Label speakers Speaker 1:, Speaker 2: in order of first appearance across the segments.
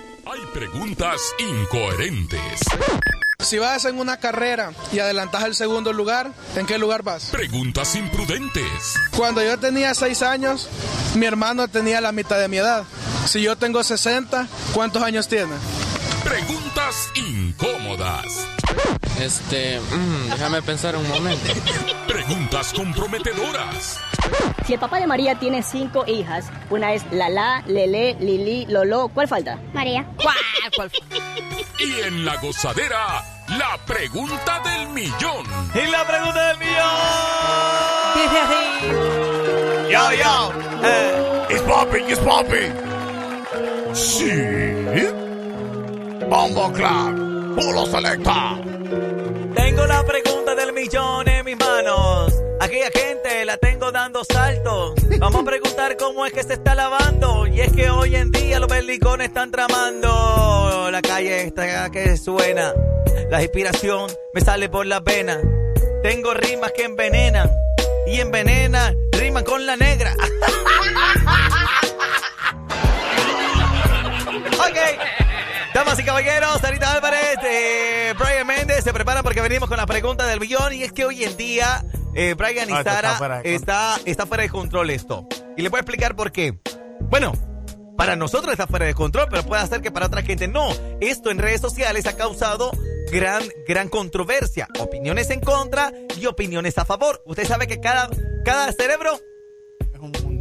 Speaker 1: Hay preguntas incoherentes.
Speaker 2: Si vas en una carrera y adelantas al segundo lugar, ¿en qué lugar vas?
Speaker 1: Preguntas imprudentes.
Speaker 2: Cuando yo tenía 6 años, mi hermano tenía la mitad de mi edad. Si yo tengo 60, ¿cuántos años tiene?
Speaker 1: Preguntas incómodas.
Speaker 3: Este, mm, déjame pensar un momento.
Speaker 1: Preguntas comprometedoras.
Speaker 4: Si el papá de María tiene cinco hijas, una es Lala, Lele, Lili, Lolo, ¿cuál falta?
Speaker 5: María.
Speaker 1: Y en la gozadera, la pregunta del millón.
Speaker 6: Y la pregunta del millón. Yo, yo. Eh,
Speaker 7: It's popping, it's popping. Sí. Bombo Club. Puro Selecta.
Speaker 6: tengo la pregunta del millón en mis manos. Aquella gente la tengo dando salto. Vamos a preguntar cómo es que se está lavando. Y es que hoy en día los belicones están tramando. La calle está que suena. La inspiración me sale por las venas. Tengo rimas que envenenan. Y envenenan riman con la negra. Ok. Damas y caballeros, Sarita Álvarez, eh, Brian Méndez se preparan porque venimos con la pregunta del millón. Y es que hoy en día, eh, Brian y
Speaker 8: Ah, esto
Speaker 6: Sara
Speaker 8: está fuera de
Speaker 6: está, está fuera de control esto. Y le voy a explicar por qué. Bueno, para nosotros está fuera de control, pero puede hacer que para otra gente no. Esto en redes sociales ha causado gran, gran controversia. Opiniones en contra y opiniones a favor. Usted sabe que cada, cada cerebro
Speaker 8: Es un mundo.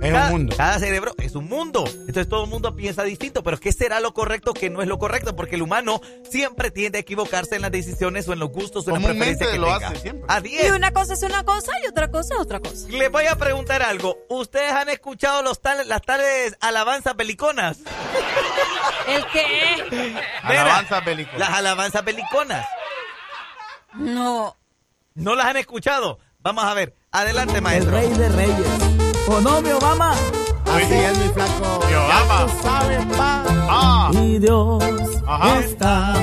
Speaker 8: Ah, Es
Speaker 6: cada,
Speaker 8: un mundo.
Speaker 6: cada cerebro es un mundo. Entonces todo el mundo piensa distinto. Pero ¿qué será lo correcto que no es lo correcto? Porque el humano siempre tiende a equivocarse en las decisiones o en los gustos o en las
Speaker 8: Comúnmente
Speaker 6: preferencias que
Speaker 8: lo
Speaker 6: tenga.
Speaker 8: hace siempre.
Speaker 6: Así es.
Speaker 9: Y una cosa es una cosa y otra cosa es otra cosa.
Speaker 6: Les voy a preguntar algo. ¿Ustedes han escuchado los tales- las tales alabanzas peliconas?
Speaker 9: ¿El qué?
Speaker 6: Mira,
Speaker 8: Alabanza película.
Speaker 6: Las alabanzas peliconas.
Speaker 9: No.
Speaker 6: ¿No las han escuchado? Vamos a ver. Adelante, maestro.
Speaker 10: de Reyes. ¿O no, mi Obama?
Speaker 8: Así es, mi flaco. Obama. Ah,
Speaker 10: Y Dios
Speaker 8: Ajá.
Speaker 10: está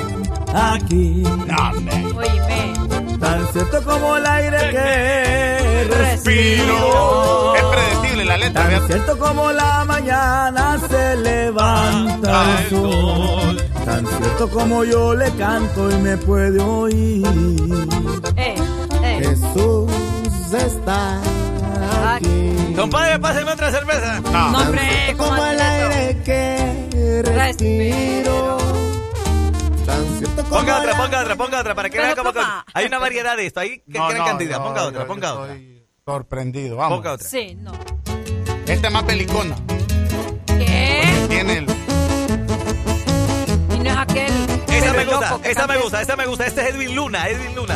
Speaker 10: aquí.
Speaker 7: Dame.
Speaker 9: Óyeme.
Speaker 10: Tan cierto como el aire que
Speaker 8: Piro. Es predecible la letra,
Speaker 10: Tan
Speaker 8: ¿verdad?
Speaker 10: cierto como la mañana se levanta el sol. Tan cierto como yo le canto y me puede oír.
Speaker 9: Eh, eh.
Speaker 10: Jesús está
Speaker 8: Ah.
Speaker 10: aquí.
Speaker 6: Compadre, páseme otra cerveza.
Speaker 9: No, hombre, ¿cómo
Speaker 10: Como el
Speaker 9: haces
Speaker 10: aire que respiro. Tan cierto como
Speaker 6: Ponga otra,
Speaker 10: la-
Speaker 6: ponga otra, ponga otra, para que
Speaker 9: Pero,
Speaker 6: vean cómo...
Speaker 9: papá.
Speaker 6: Hay una variedad de esto, hay
Speaker 8: No,
Speaker 6: gran
Speaker 8: no,
Speaker 6: cantidad.
Speaker 8: no,
Speaker 6: Ponga
Speaker 8: yo-
Speaker 6: otra,
Speaker 8: yo
Speaker 6: ponga otra.
Speaker 8: estoy Sorprendido, vamos.
Speaker 6: Ponga
Speaker 9: eso?
Speaker 6: otra.
Speaker 9: Sí, no.
Speaker 8: Esta es más pelicona.
Speaker 9: ¿Qué?
Speaker 8: Tiene el.
Speaker 9: Y no es aquel.
Speaker 6: Esa me
Speaker 9: pelo
Speaker 6: gusta,
Speaker 9: loco que
Speaker 6: esa me
Speaker 9: canta
Speaker 6: gusta, esa me gusta. Este es Edwin Luna, Edwin Luna.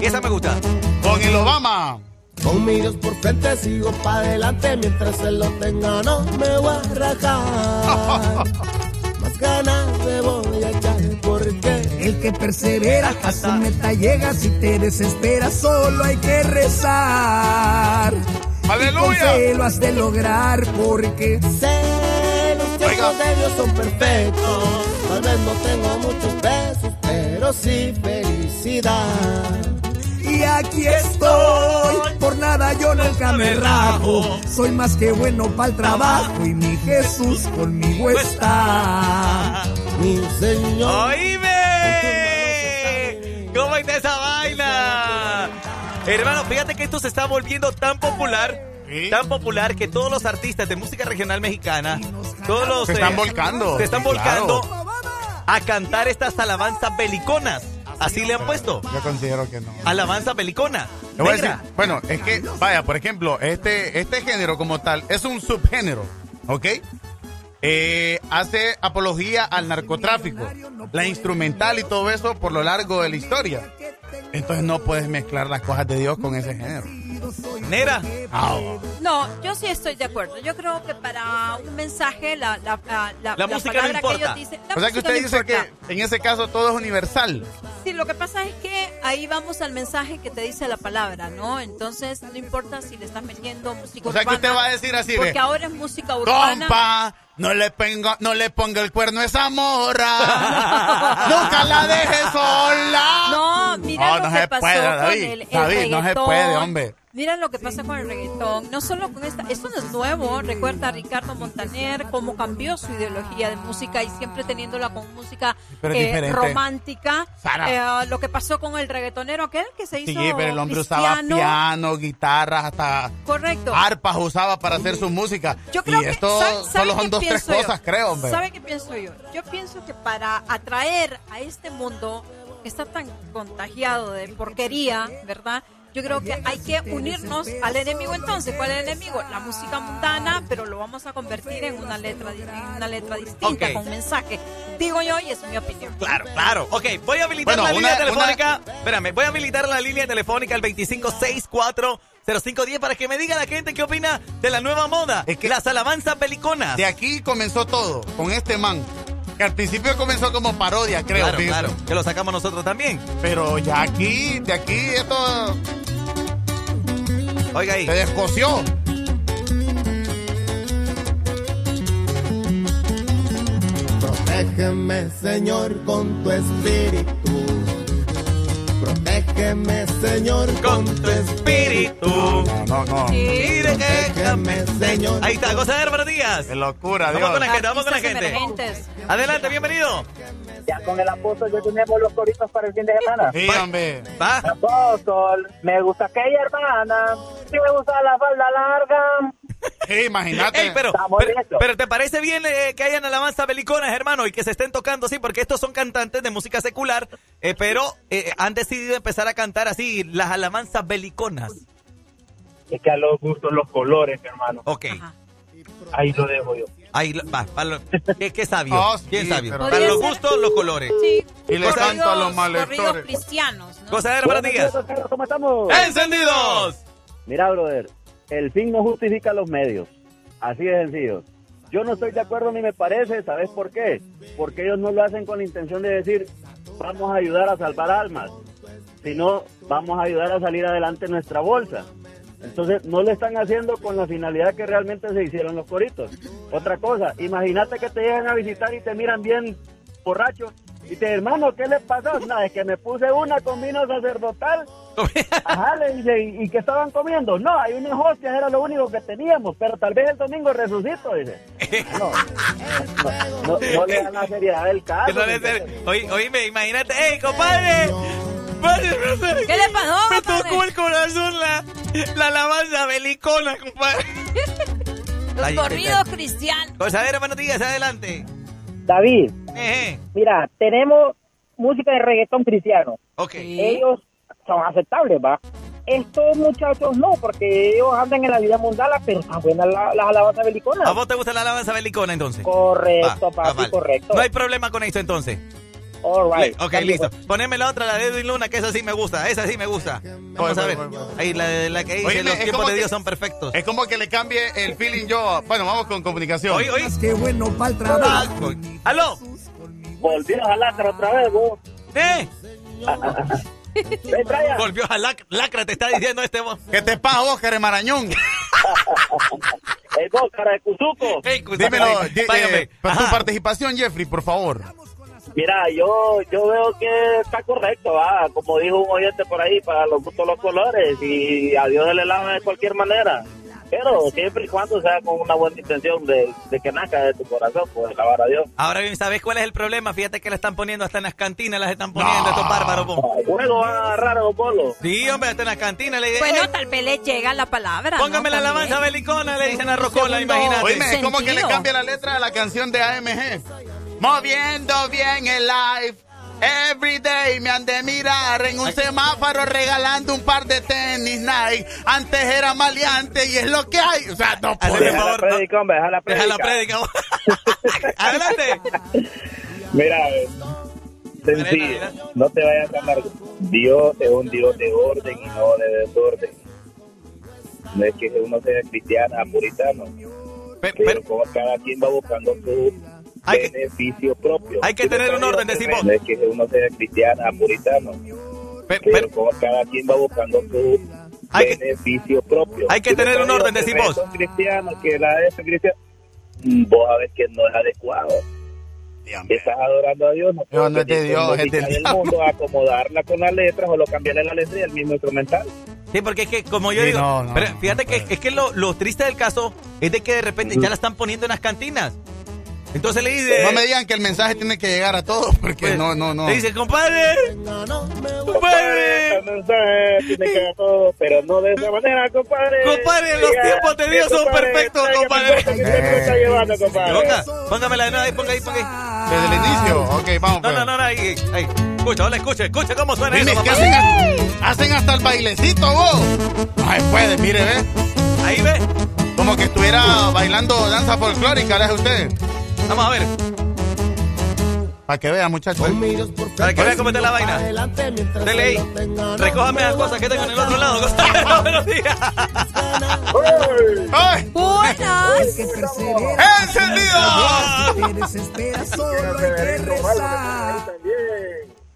Speaker 6: Esa me gusta.
Speaker 8: Con el Obama.
Speaker 10: Con miros por frente sigo para adelante mientras se lo tenga no me voy a rajar. Más ganas me voy a echar porque el que persevera a su meta llega si te desesperas solo hay que rezar. Con
Speaker 8: Aleluya.
Speaker 10: fe lo has de lograr porque sé los tiempos de Dios son perfectos. Tal vez no tengo muchos besos, pero sí felicidad. Y aquí estoy, por nada yo nunca me rajo. Soy más que bueno para el trabajo y mi Jesús conmigo está. Mi Señor.
Speaker 6: ¡Oíme! ¿Cómo está esa vaina? Hermano, fíjate que esto se está volviendo tan popular,
Speaker 8: Sí.
Speaker 6: tan popular que todos los artistas de música regional mexicana, todos los...
Speaker 8: Se están
Speaker 6: eh,
Speaker 8: volcando.
Speaker 6: Se están
Speaker 8: Sí, claro.
Speaker 6: volcando a cantar estas alabanzas beliconas. Así le han puesto.
Speaker 8: Yo considero que no.
Speaker 6: Alabanza belicona.
Speaker 8: Te voy a
Speaker 6: Negra.
Speaker 8: decir, bueno, es que, vaya, por ejemplo, este, este género como tal es un subgénero, ¿ok? Eh, hace apología al narcotráfico, la instrumental y todo eso por lo largo de la historia. Entonces no puedes mezclar las cosas de Dios con ese género. Ah,
Speaker 6: Negra.
Speaker 9: No, yo sí estoy de acuerdo. Yo creo que para un mensaje la, la, la, la,
Speaker 6: La música no
Speaker 9: palabra que
Speaker 6: importa.
Speaker 9: ellos dicen.
Speaker 8: O sea que usted dice que en ese caso todo es universal.
Speaker 9: Sí, lo que pasa es que ahí vamos al mensaje que te dice la palabra, ¿no? Entonces no importa si le estás metiendo música
Speaker 8: O sea, que
Speaker 9: urbana,
Speaker 8: usted va a decir así,
Speaker 9: Porque
Speaker 8: ve.
Speaker 9: ahora es música urbana.
Speaker 8: Compa, no le ponga, no le ponga el cuerno a esa morra. Nunca la deje sola.
Speaker 9: No, mira
Speaker 8: No,
Speaker 9: lo
Speaker 8: no
Speaker 9: que
Speaker 8: se
Speaker 9: pasó
Speaker 8: puede,
Speaker 9: con
Speaker 8: David.
Speaker 9: el, el
Speaker 8: David, no se puede,
Speaker 9: reggaetón.
Speaker 8: hombre.
Speaker 9: Mira lo que pasa con el reggaetón, no solo con esta, esto no es nuevo, recuerda a Ricardo Montaner cómo cambió su ideología de música y siempre teniéndola con música eh,
Speaker 8: Pero es diferente.
Speaker 9: romántica,
Speaker 8: Sara.
Speaker 9: Eh, lo que pasó con el reggaetonero aquel que se hizo
Speaker 8: Sí, pero el hombre usaba
Speaker 9: cristiano.
Speaker 8: piano, guitarras, hasta
Speaker 9: Correcto.
Speaker 8: arpas usaba para hacer su música.
Speaker 9: Yo creo
Speaker 8: y
Speaker 9: que
Speaker 8: esto
Speaker 9: ¿sabe- sabe
Speaker 8: solo
Speaker 9: qué
Speaker 8: son dos, tres
Speaker 9: pienso yo?
Speaker 8: cosas, creo, hombre.
Speaker 9: ¿Sabe qué pienso yo? Yo pienso que para atraer a este mundo que está tan contagiado de porquería, ¿verdad? Yo creo que hay que unirnos al enemigo entonces. ¿Cuál es el enemigo? La música mundana, pero lo vamos a convertir en una letra, di- en una letra distinta,
Speaker 6: Ok.
Speaker 9: con mensaje. Digo yo y es mi opinión.
Speaker 6: Claro, claro. Ok, voy a habilitar
Speaker 8: Bueno,
Speaker 6: la línea
Speaker 8: una-
Speaker 6: telefónica. Espérame, voy a habilitar la línea telefónica al 25640510 para que me diga la gente qué opina de la nueva moda.
Speaker 8: Es que-
Speaker 6: las alabanzas peliconas.
Speaker 8: De aquí comenzó todo, con este man. Que al principio comenzó como parodia, creo.
Speaker 6: claro,
Speaker 8: fíjate.
Speaker 6: claro. Que lo sacamos nosotros también.
Speaker 8: Pero ya aquí, de aquí, esto
Speaker 6: Oiga ahí.
Speaker 8: se descoció.
Speaker 10: Protégeme, Señor, con tu espíritu. Protégeme, Señor,
Speaker 6: Con tu espíritu.
Speaker 8: No, no, no.
Speaker 6: Y de que-
Speaker 10: Déjame, Señor.
Speaker 6: Ahí está, gozadero, buenos días.
Speaker 8: Qué locura,
Speaker 6: Vamos con la
Speaker 8: Dios.
Speaker 6: gente, vamos con la
Speaker 9: Artistas
Speaker 6: gente.
Speaker 9: emergentes.
Speaker 6: Adelante, bienvenido.
Speaker 5: Ya con el apóstol ya tenemos los coritos para el fin de semana.
Speaker 8: Sí, hombre.
Speaker 6: Va.
Speaker 5: Apóstol, me gusta aquella hermana, si me gusta la falda larga.
Speaker 8: Sí, imagínate.
Speaker 6: Ey, pero,
Speaker 5: Estamos
Speaker 6: pero,
Speaker 5: listos.
Speaker 6: pero ¿te parece bien eh, que hayan alabanza beliconas, hermano, y que se estén tocando así? Porque estos son cantantes de música secular, eh, pero eh, han decidido empezar a cantar así las alabanzas beliconas.
Speaker 5: Es que a los gustos los colores, hermano.
Speaker 6: Ok,
Speaker 9: Ajá.
Speaker 5: Ahí lo dejo yo.
Speaker 6: ahí lo- va. para lo- qué, qué sabio?
Speaker 8: Oh, sí,
Speaker 6: ¿Quién sabio?
Speaker 8: pero-
Speaker 6: Para los
Speaker 9: Podría ser.
Speaker 6: gustos, los colores.
Speaker 9: Sí.
Speaker 8: Y le
Speaker 9: Corridos-
Speaker 8: canto a los
Speaker 9: Corridos
Speaker 8: malectores.
Speaker 9: cristianos, ¿no?
Speaker 6: Gozadero, buenos días.
Speaker 5: ¿Cómo estamos?
Speaker 6: ¡Encendidos!
Speaker 5: Mira, brother, el fin no justifica los medios. Así de sencillo. Yo no estoy de acuerdo ni me parece, ¿sabes por qué? Porque ellos no lo hacen con la intención de decir, vamos a ayudar a salvar almas, sino vamos a ayudar a salir adelante nuestra bolsa. Entonces, no lo están haciendo con la finalidad que realmente se hicieron los coritos. Otra cosa, imagínate que te llegan a visitar y te miran bien borracho y te hermano, ¿qué le pasó? Nada, es que me puse una con vino sacerdotal Ajá, le dice, ¿y, y qué estaban comiendo? No, hay unas hostias, era lo único que teníamos, pero tal vez el domingo resucito, dice. No, no, no, no le dan la seriedad del caso.
Speaker 6: Que no le- Oí- Oíme, imagínate. ¡Ey, compadre! Compadre, me-
Speaker 9: ¿Qué le pasó,
Speaker 6: Me
Speaker 9: compadre?
Speaker 6: tocó el corazón la, la alabanza belicona, compadre.
Speaker 9: Los
Speaker 6: Ay,
Speaker 9: corridos
Speaker 8: este,
Speaker 9: cristianos.
Speaker 6: Gozadero, buenos días, adelante. Eh,
Speaker 5: David,
Speaker 6: Ejé,
Speaker 5: mira, tenemos música de reggaetón cristiano.
Speaker 6: ok.
Speaker 5: Ellos son aceptables, ¿va? Estos muchachos no, porque ellos andan en la vida mundana, pero están buenas la- las alabanzas beliconas.
Speaker 9: Ah.
Speaker 6: ¿A vos te gusta la alabanza belicona entonces? Va,
Speaker 5: Correcto, papi,
Speaker 6: va, vale.
Speaker 5: correcto.
Speaker 6: No hay problema con eso entonces.
Speaker 5: All right.
Speaker 6: ok, listo. Poneme la otra, la de Edwin Luna, que esa sí me gusta. Esa sí me gusta. Vamos
Speaker 8: voy,
Speaker 6: a ver.
Speaker 8: voy, voy.
Speaker 6: Ahí, la, de- la que dice,
Speaker 8: Oíme,
Speaker 6: los
Speaker 8: es
Speaker 6: tiempos
Speaker 8: como
Speaker 6: de Dios
Speaker 8: que-
Speaker 6: son perfectos.
Speaker 8: Es como que le cambie el feeling yo. Bueno, vamos con comunicación.
Speaker 6: Oí, oí.
Speaker 10: Qué bueno para el
Speaker 6: Ah,
Speaker 10: trabajo.
Speaker 6: coño. ¡Aló!
Speaker 5: Volvieron a lacra otra vez, vos.
Speaker 6: ¡Eh!
Speaker 5: Ven, Brian.
Speaker 6: Volvió a lac- lacra, te está diciendo este vos.
Speaker 8: ¿Qué te pasa, Oscar Marañón?
Speaker 5: El vos, cara de Cuzuco.
Speaker 6: Ey, cu-
Speaker 8: Dímelo, di-
Speaker 6: págame.
Speaker 8: eh, pa- tu
Speaker 6: pues, Ajá.
Speaker 8: participación, Jeffrey, por favor.
Speaker 5: Mira, yo, yo veo que está correcto, va. Como dijo un oyente por ahí, para los gustos los colores y a Dios se le lava de cualquier manera. Pero siempre y cuando sea con una buena intención de, de que nazca de tu corazón, pues lavar a Dios.
Speaker 6: Ahora bien, ¿sabes cuál es el problema? Fíjate que la están poniendo hasta en las cantinas, las están poniendo estos bárbaros. po.
Speaker 5: Luego van a agarrar a los bolos.
Speaker 6: Sí, hombre, hasta en las cantinas le dicen.
Speaker 9: Bueno,
Speaker 6: "Ey,
Speaker 9: tal vez le llega la palabra.
Speaker 6: Póngame
Speaker 9: ¿no?
Speaker 6: la
Speaker 9: También.
Speaker 6: alabanza belicona, le dicen a Rocola,
Speaker 9: Segundo.
Speaker 6: imagínate.
Speaker 8: Oíme, es como que le
Speaker 9: Sentido.
Speaker 8: cambia la letra a la canción de AMG. Moviendo bien el life. Every day me han de mirar en un semáforo regalando un par de tenis Nike. Antes era maleante y es lo que hay. O sea, no
Speaker 6: Haceme
Speaker 8: puede.
Speaker 6: el favor, no-
Speaker 5: hombre, deja la
Speaker 6: Deja la prédica. Adelante.
Speaker 5: Mira, eh, sencillo, no te vayas a largo. Dios es un Dios de orden y no de desorden. No es que uno sea cristiano, puritano,
Speaker 6: Pero-
Speaker 5: pero
Speaker 6: pero
Speaker 5: como cada quien va buscando su
Speaker 6: Hay que-
Speaker 5: beneficio propio.
Speaker 6: hay que
Speaker 5: Y no
Speaker 6: tener
Speaker 5: te
Speaker 6: un
Speaker 5: digo
Speaker 6: orden,
Speaker 5: que
Speaker 6: decimos.
Speaker 5: No es que uno sea cristiano, puritano,
Speaker 6: pero-
Speaker 5: pero
Speaker 6: pero-
Speaker 5: como cada quien va buscando su
Speaker 6: Hay que-
Speaker 5: beneficio propio.
Speaker 6: hay que
Speaker 5: Y no
Speaker 6: tener
Speaker 5: te
Speaker 6: un
Speaker 5: digo
Speaker 6: orden,
Speaker 5: que
Speaker 6: decimos.
Speaker 5: el resto cristiano, que la de estos cristianos, mm, vos sabés que no es adecuado. Estás adorando a Dios. No, puedes
Speaker 8: no es de
Speaker 5: venir con
Speaker 8: Dios, es
Speaker 5: música
Speaker 8: del
Speaker 5: mundo a acomodarla con las letras o lo cambiarle la letra y el mismo instrumental.
Speaker 6: Sí, porque es que, como yo
Speaker 8: Sí,
Speaker 6: digo,
Speaker 8: no, no,
Speaker 6: pero
Speaker 8: no,
Speaker 6: fíjate que es que lo, lo triste del caso es de que de repente ya la están poniendo en las cantinas. Entonces le dice.
Speaker 8: No me digan que el mensaje tiene que llegar a todos, porque
Speaker 6: Pues,
Speaker 8: no, no, no.
Speaker 6: Le dice, compadre. Compadre.
Speaker 11: mensaje tiene que ver todo, pero no de esa manera, compadre.
Speaker 6: Compadre, los
Speaker 11: Diga,
Speaker 6: tiempos de Dios son
Speaker 11: compadre,
Speaker 6: perfectos,
Speaker 11: traiga mi
Speaker 6: compadre.
Speaker 11: cuenta que
Speaker 8: Eh,
Speaker 11: usted me lo está llevando, compadre.
Speaker 6: Loca, póngamela de nuevo ahí, ponga ahí, ponga ahí.
Speaker 8: Desde el inicio.
Speaker 5: Ah.
Speaker 8: Ok, vamos.
Speaker 6: No,
Speaker 8: pues.
Speaker 6: no, no, no, ahí, ahí. Escucha, hola, escucha, escucha cómo suena
Speaker 8: Miren,
Speaker 6: eso,
Speaker 8: es que
Speaker 6: papá.
Speaker 8: hacen, hasta- hacen hasta el bailecito, vos. Ay, puede, mire, ve.
Speaker 6: Ahí ve.
Speaker 8: Como que estuviera bailando danza folclórica, ¿verdad usted?
Speaker 6: Vamos a ver.
Speaker 8: Para que vea, muchachos.
Speaker 6: Para que vea cómo está la vaina. Dele ahí. Recójame las cosas que tengo en el otro lado. Costanero, Buenos días.
Speaker 8: ¡Ay!
Speaker 9: Buenas.
Speaker 8: ¡Encendido!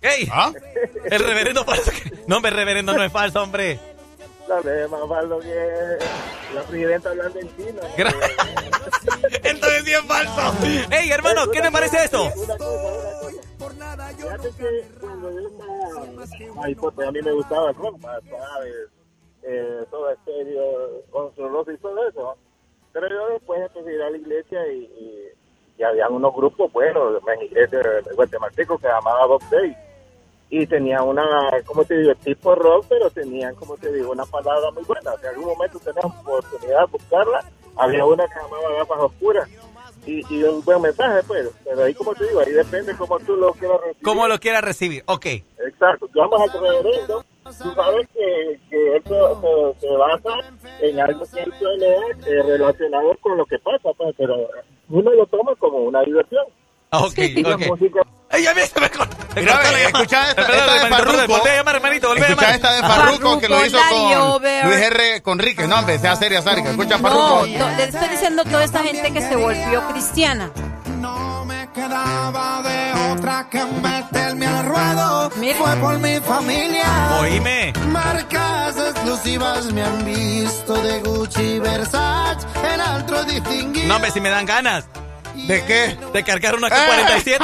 Speaker 6: ¡Ey!
Speaker 8: ¿Ah?
Speaker 6: El reverendo falso. que- No, hombre, el reverendo no es falso, hombre.
Speaker 11: La de más falso que la presidenta hablando en chino.
Speaker 6: Gra- Entonces sí es falso. ¡Ey, hermano! ¿Qué te parece esto?
Speaker 11: Fíjate que cuando yo estaba- Ay, pues, a mí me gustaba el rock, más, ¿sabes? Eh, todo estéreo, con su rock y todo eso. Pero yo después empecé a ir a la iglesia y, y, y había unos grupos buenos en iglesia guatemalteco que se llamaba Bob Day. Y tenía una, como te digo, tipo rock, pero tenían, como te digo, una palabra muy buena. Si en algún momento tenías oportunidad de buscarla, había una que se llamaba Gafas Oscuras. Y, y un buen mensaje, pues. Pero ahí, como te digo, ahí depende cómo tú lo quieras recibir.
Speaker 6: Como lo quiera recibir. Ok.
Speaker 11: Exacto, vamos al reverendo. Tú sabes que, que esto se, se basa en algo que él suele dar, eh, relacionado con lo que pasa, pues, pero uno lo toma como una diversión.
Speaker 6: Ok,
Speaker 11: La
Speaker 6: ok.
Speaker 11: música
Speaker 6: ¡Ey, ya me se me cortó! Me
Speaker 8: Mira,
Speaker 6: cortó
Speaker 8: ve,
Speaker 6: la llamada.
Speaker 8: escucha esta-
Speaker 6: Perdón,
Speaker 8: esta de
Speaker 6: hermanito, perdón,
Speaker 8: Farruko.
Speaker 6: Voltea a llamar, hermanito. Voltea a
Speaker 8: Escucha
Speaker 6: llamar.
Speaker 8: esta de Farruko que lo hizo
Speaker 9: Farruko, Larry
Speaker 8: con
Speaker 9: Over.
Speaker 8: Luis R. Conríquez. No, hombre, sea seria, Sarika. Escucha
Speaker 9: No,
Speaker 8: Farruko.
Speaker 9: no, le estoy diciendo a toda esta gente que se volvió cristiana.
Speaker 12: No me quedaba de otra que meterme al ruedo.
Speaker 9: Mira.
Speaker 12: Fue por mi familia.
Speaker 6: Oíme.
Speaker 12: Marcas exclusivas me han visto de Gucci, Versace, en altro distinguido.
Speaker 6: No, hombre, si me dan ganas
Speaker 8: ¿De qué?
Speaker 6: de cargar una K47.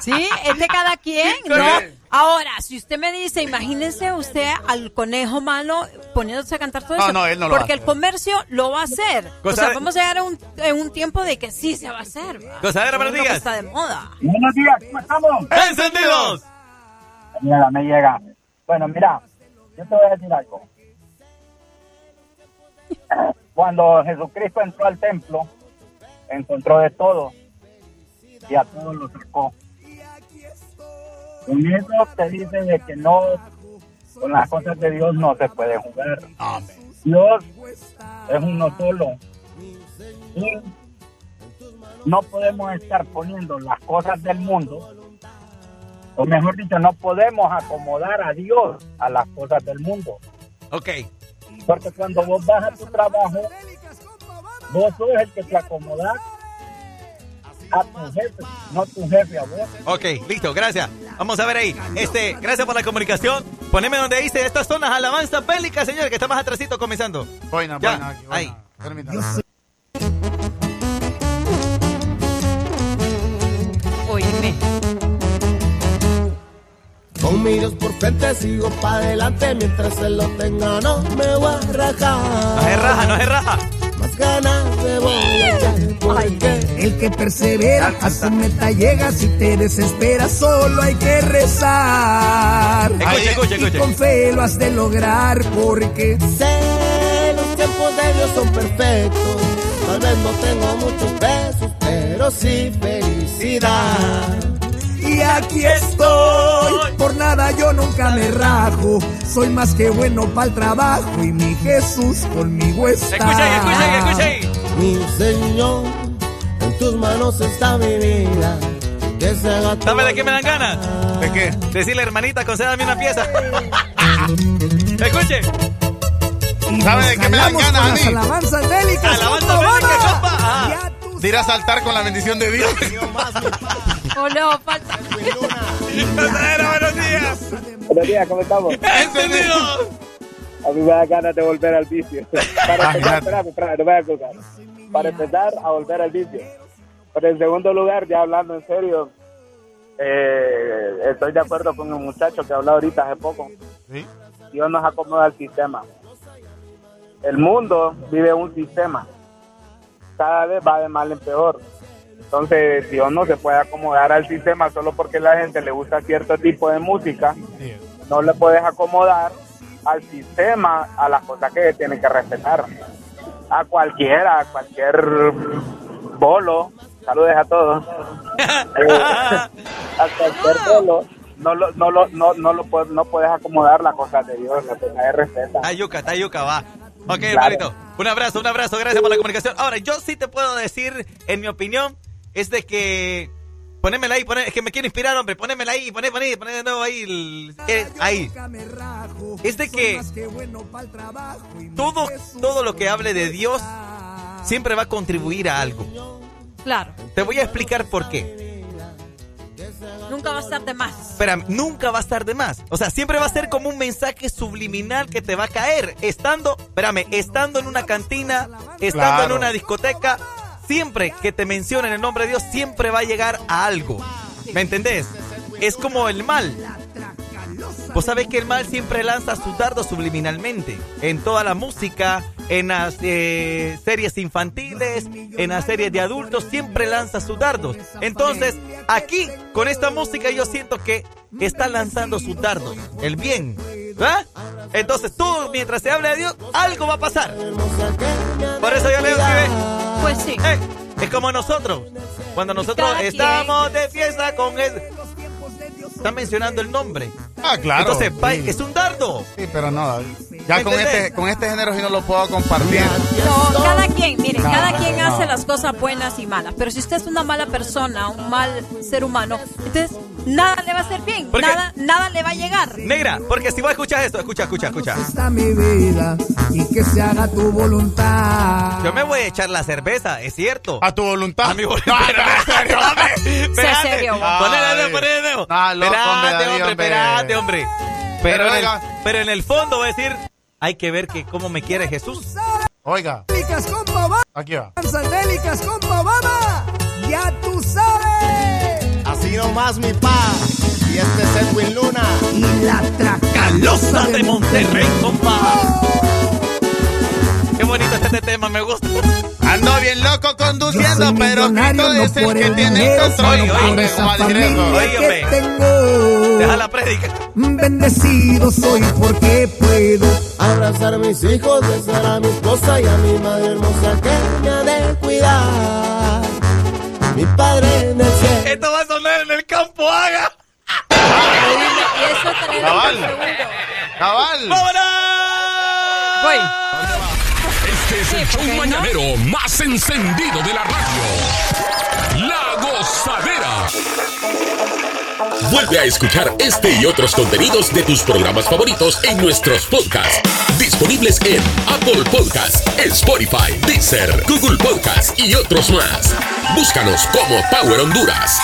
Speaker 9: Sí, es de cada quien, ¿no? Ahora, si usted me dice, imagínense usted al conejo malo poniéndose a cantar todo
Speaker 8: No,
Speaker 9: eso.
Speaker 8: no, él no lo va
Speaker 9: porque
Speaker 8: a
Speaker 9: el
Speaker 8: hacer.
Speaker 9: comercio lo va a hacer. o
Speaker 6: Cosa
Speaker 9: sea,
Speaker 6: de-
Speaker 9: vamos a llegar a un, en un tiempo de que sí se va a hacer. ¿va?
Speaker 6: Gozadera, buenos
Speaker 9: Es lo que
Speaker 6: días.
Speaker 9: Está de moda.
Speaker 11: Buenos días, ¿cómo estamos?
Speaker 6: ¡Encendidos!
Speaker 11: Mira, me llega. Bueno, mira, yo te voy a decir algo. Cuando Jesucristo entró al templo, encontró de todo y a todos los sacó. Con eso te dice de que no, con las cosas de Dios no se puede jugar. Dios es uno solo. Y no podemos estar poniendo las cosas del mundo o mejor dicho, no podemos acomodar a Dios a las cosas del mundo.
Speaker 6: Ok.
Speaker 11: Porque cuando vos vas a tu trabajo, vos sos el que te acomodas a tu jefe, no tu jefe a vos.
Speaker 6: Ok, listo, gracias. Vamos a ver ahí. Este, gracias por la comunicación. Poneme donde dice estas son las alabanzas bélicas, señor, que está más atrasito comenzando.
Speaker 8: Buena,
Speaker 6: Ya,
Speaker 8: buena. aquí, buena.
Speaker 6: ahí.
Speaker 8: Permítame.
Speaker 9: Oíme.
Speaker 12: Con mi Dios por frente sigo para adelante mientras él lo tenga no me voy a
Speaker 6: No se
Speaker 12: rajar.
Speaker 6: raja, no se raja.
Speaker 12: Más ganas de voy a echar porque
Speaker 10: El que persevera a su meta llega, si te desesperas solo hay que rezar.
Speaker 8: Ahí.
Speaker 6: Escuche, escuche,
Speaker 10: Y
Speaker 6: escuche.
Speaker 10: con fe lo has de lograr porque
Speaker 12: sé los tiempos de Dios son perfectos. Tal vez no tengo muchos besos, pero sí felicidad.
Speaker 10: y aquí estoy. Por nada yo nunca me rajo, soy más que bueno para el trabajo y mi Jesús conmigo está.
Speaker 6: Escucha ahí, escucha ahí, escucha ahí.
Speaker 12: Mi Señor, en tus manos está mi vida. Que se haga tu
Speaker 6: ¿Sabe de qué me dan ganas?
Speaker 8: ¿De qué?
Speaker 6: Decirle, hermanita, concédame una pieza. Escuche.
Speaker 10: Y
Speaker 8: ¿Sabe
Speaker 10: nos
Speaker 8: de qué me dan
Speaker 10: jalamos
Speaker 8: ganas
Speaker 10: con
Speaker 8: a
Speaker 10: las
Speaker 8: mí?
Speaker 10: alabanzas bélicas,
Speaker 6: Alabanza
Speaker 10: compa,
Speaker 6: bélica,
Speaker 10: vamos.
Speaker 6: compa, ajá.
Speaker 10: Ya tú
Speaker 8: De ir a saltar con la bendición de Dios.
Speaker 9: O no, falta.
Speaker 6: Cosadera, buenos días.
Speaker 11: Buenos días, ¿cómo estamos?
Speaker 6: ¡Encendidos!
Speaker 11: A mí me da ganas de volver al vicio.
Speaker 8: Ah,
Speaker 11: Para
Speaker 8: mira.
Speaker 11: empezar, espérame, espérame, no me voy a colgar. Para empezar, a volver al vicio. Pero en segundo lugar, ya hablando en serio, eh, estoy de acuerdo con el muchacho que habló ahorita hace poco.
Speaker 8: ¿Sí?
Speaker 13: Dios nos acomoda al sistema. El mundo vive un sistema. Cada vez va de mal en peor. Entonces, Dios no se puede acomodar al sistema solo porque a la gente le gusta cierto tipo de música. No le puedes acomodar al sistema a las cosas que tienen que respetar. A cualquiera, a cualquier bolo. Saludes a todos. Eh, a cualquier bolo. No lo, no, lo, no, no, lo puedes, no puedes acomodar las cosas de Dios, las cosas de respeto.
Speaker 6: Tayuca, Tayuca, va. Ok, hermanito. Un abrazo, un abrazo. Gracias por la comunicación. Ahora, yo sí te puedo decir, en mi opinión, es de que. Ponémela ahí, poné- es que me quiero inspirar, hombre. Ponémela ahí, poné, poné, poné de nuevo ahí. el- eh, ahí. Es de que todo, todo lo que hable de Dios siempre va a contribuir a algo.
Speaker 9: Claro,
Speaker 6: Te voy a explicar por qué.
Speaker 9: nunca va a estar de más.
Speaker 6: Pero nunca va a estar de más. O sea, siempre va a ser como un mensaje subliminal que te va a caer. Estando, espérame, estando en una cantina, estando
Speaker 8: Claro.
Speaker 6: en una discoteca, siempre que te mencionen el nombre de Dios, siempre va a llegar a algo. ¿Me entendés? Es como el mal. Vos sabés que el mal siempre lanza sus dardos subliminalmente. En toda la música, en las eh, series infantiles, en las series de adultos, siempre lanza sus dardos. Entonces, aquí, con esta música, yo siento que está lanzando sus dardos. El bien. ¿Ah? Entonces, tú, mientras se hable de Dios, algo va a pasar. Por eso yo leo que
Speaker 9: Pues sí.
Speaker 6: Eh, es como nosotros. Cuando nosotros
Speaker 9: Cada quien.
Speaker 6: estamos de fiesta con él. Está mencionando el nombre.
Speaker 8: Ah, claro.
Speaker 6: Entonces, pa- es un dardo.
Speaker 8: Sí, pero no. Ya con
Speaker 6: ¿Entendés?
Speaker 8: este, con este género sí no lo puedo compartir.
Speaker 9: No, cada quien, miren,
Speaker 8: No,
Speaker 9: cada quien
Speaker 8: no.
Speaker 9: hace las cosas buenas y malas. Pero si usted es una mala persona, un mal ser humano, entonces nada le va a hacer bien,
Speaker 6: Porque-
Speaker 9: nada, nada le va a llegar.
Speaker 6: Negra, porque si vos escuchas esto, escucha, escucha, escucha.
Speaker 12: Está mi vida y que se haga tu voluntad.
Speaker 6: Yo me voy a echar la cerveza, es cierto.
Speaker 8: A tu voluntad.
Speaker 6: A mi voluntad. Espérate,
Speaker 8: serio, vos.
Speaker 6: Ponele de
Speaker 8: Ay.
Speaker 6: ponele de
Speaker 8: Ah, loco, hombre,
Speaker 6: Espérate,
Speaker 8: David,
Speaker 6: hombre,
Speaker 8: hombre.
Speaker 6: espérate, hombre.
Speaker 8: Pero
Speaker 6: Pero, en el,
Speaker 8: oiga.
Speaker 6: pero en el fondo va a decir, hay que ver que cómo me quiere Jesús.
Speaker 8: Oiga,
Speaker 12: Délicas compa Obama.
Speaker 8: aquí va.
Speaker 12: Délicas compa Obama. Ya tú sabes.
Speaker 10: Así nomás mi pa. Y este es Edwin Luna.
Speaker 12: Y la
Speaker 6: Calosa de Monterrey, compa. Qué bonito está este tema, me gusta.
Speaker 8: Ando bien loco conduciendo, pero Cristo
Speaker 12: no
Speaker 8: es el
Speaker 12: por
Speaker 8: que
Speaker 12: el
Speaker 8: tiene el
Speaker 12: dinero,
Speaker 8: control.
Speaker 12: sino por
Speaker 8: Hombre,
Speaker 12: esa
Speaker 8: como al griego.
Speaker 12: familia
Speaker 6: Oye,
Speaker 12: que
Speaker 6: hombre.
Speaker 12: tengo.
Speaker 6: Deja la prédica.
Speaker 12: Bendecido soy porque puedo.
Speaker 10: Abrazar a mis hijos, besar a mi esposa y a mi madre hermosa que me ha de cuidar. Mi padre en el cielo.
Speaker 6: Esto va a sonar en el campo, haga.
Speaker 9: Y eso también es un segundo.
Speaker 8: Cabal.
Speaker 6: ¡Vámonos!
Speaker 9: Voy.
Speaker 1: Este es el
Speaker 9: Sí, ¿por
Speaker 1: show
Speaker 9: qué no?
Speaker 1: mañanero más encendido de la radio. La gozadera.
Speaker 14: Vuelve a escuchar este y otros contenidos de tus programas favoritos en nuestros podcasts. Disponibles en Apple Podcasts, Spotify, Deezer, Google Podcasts y otros más. Búscanos como Power Honduras.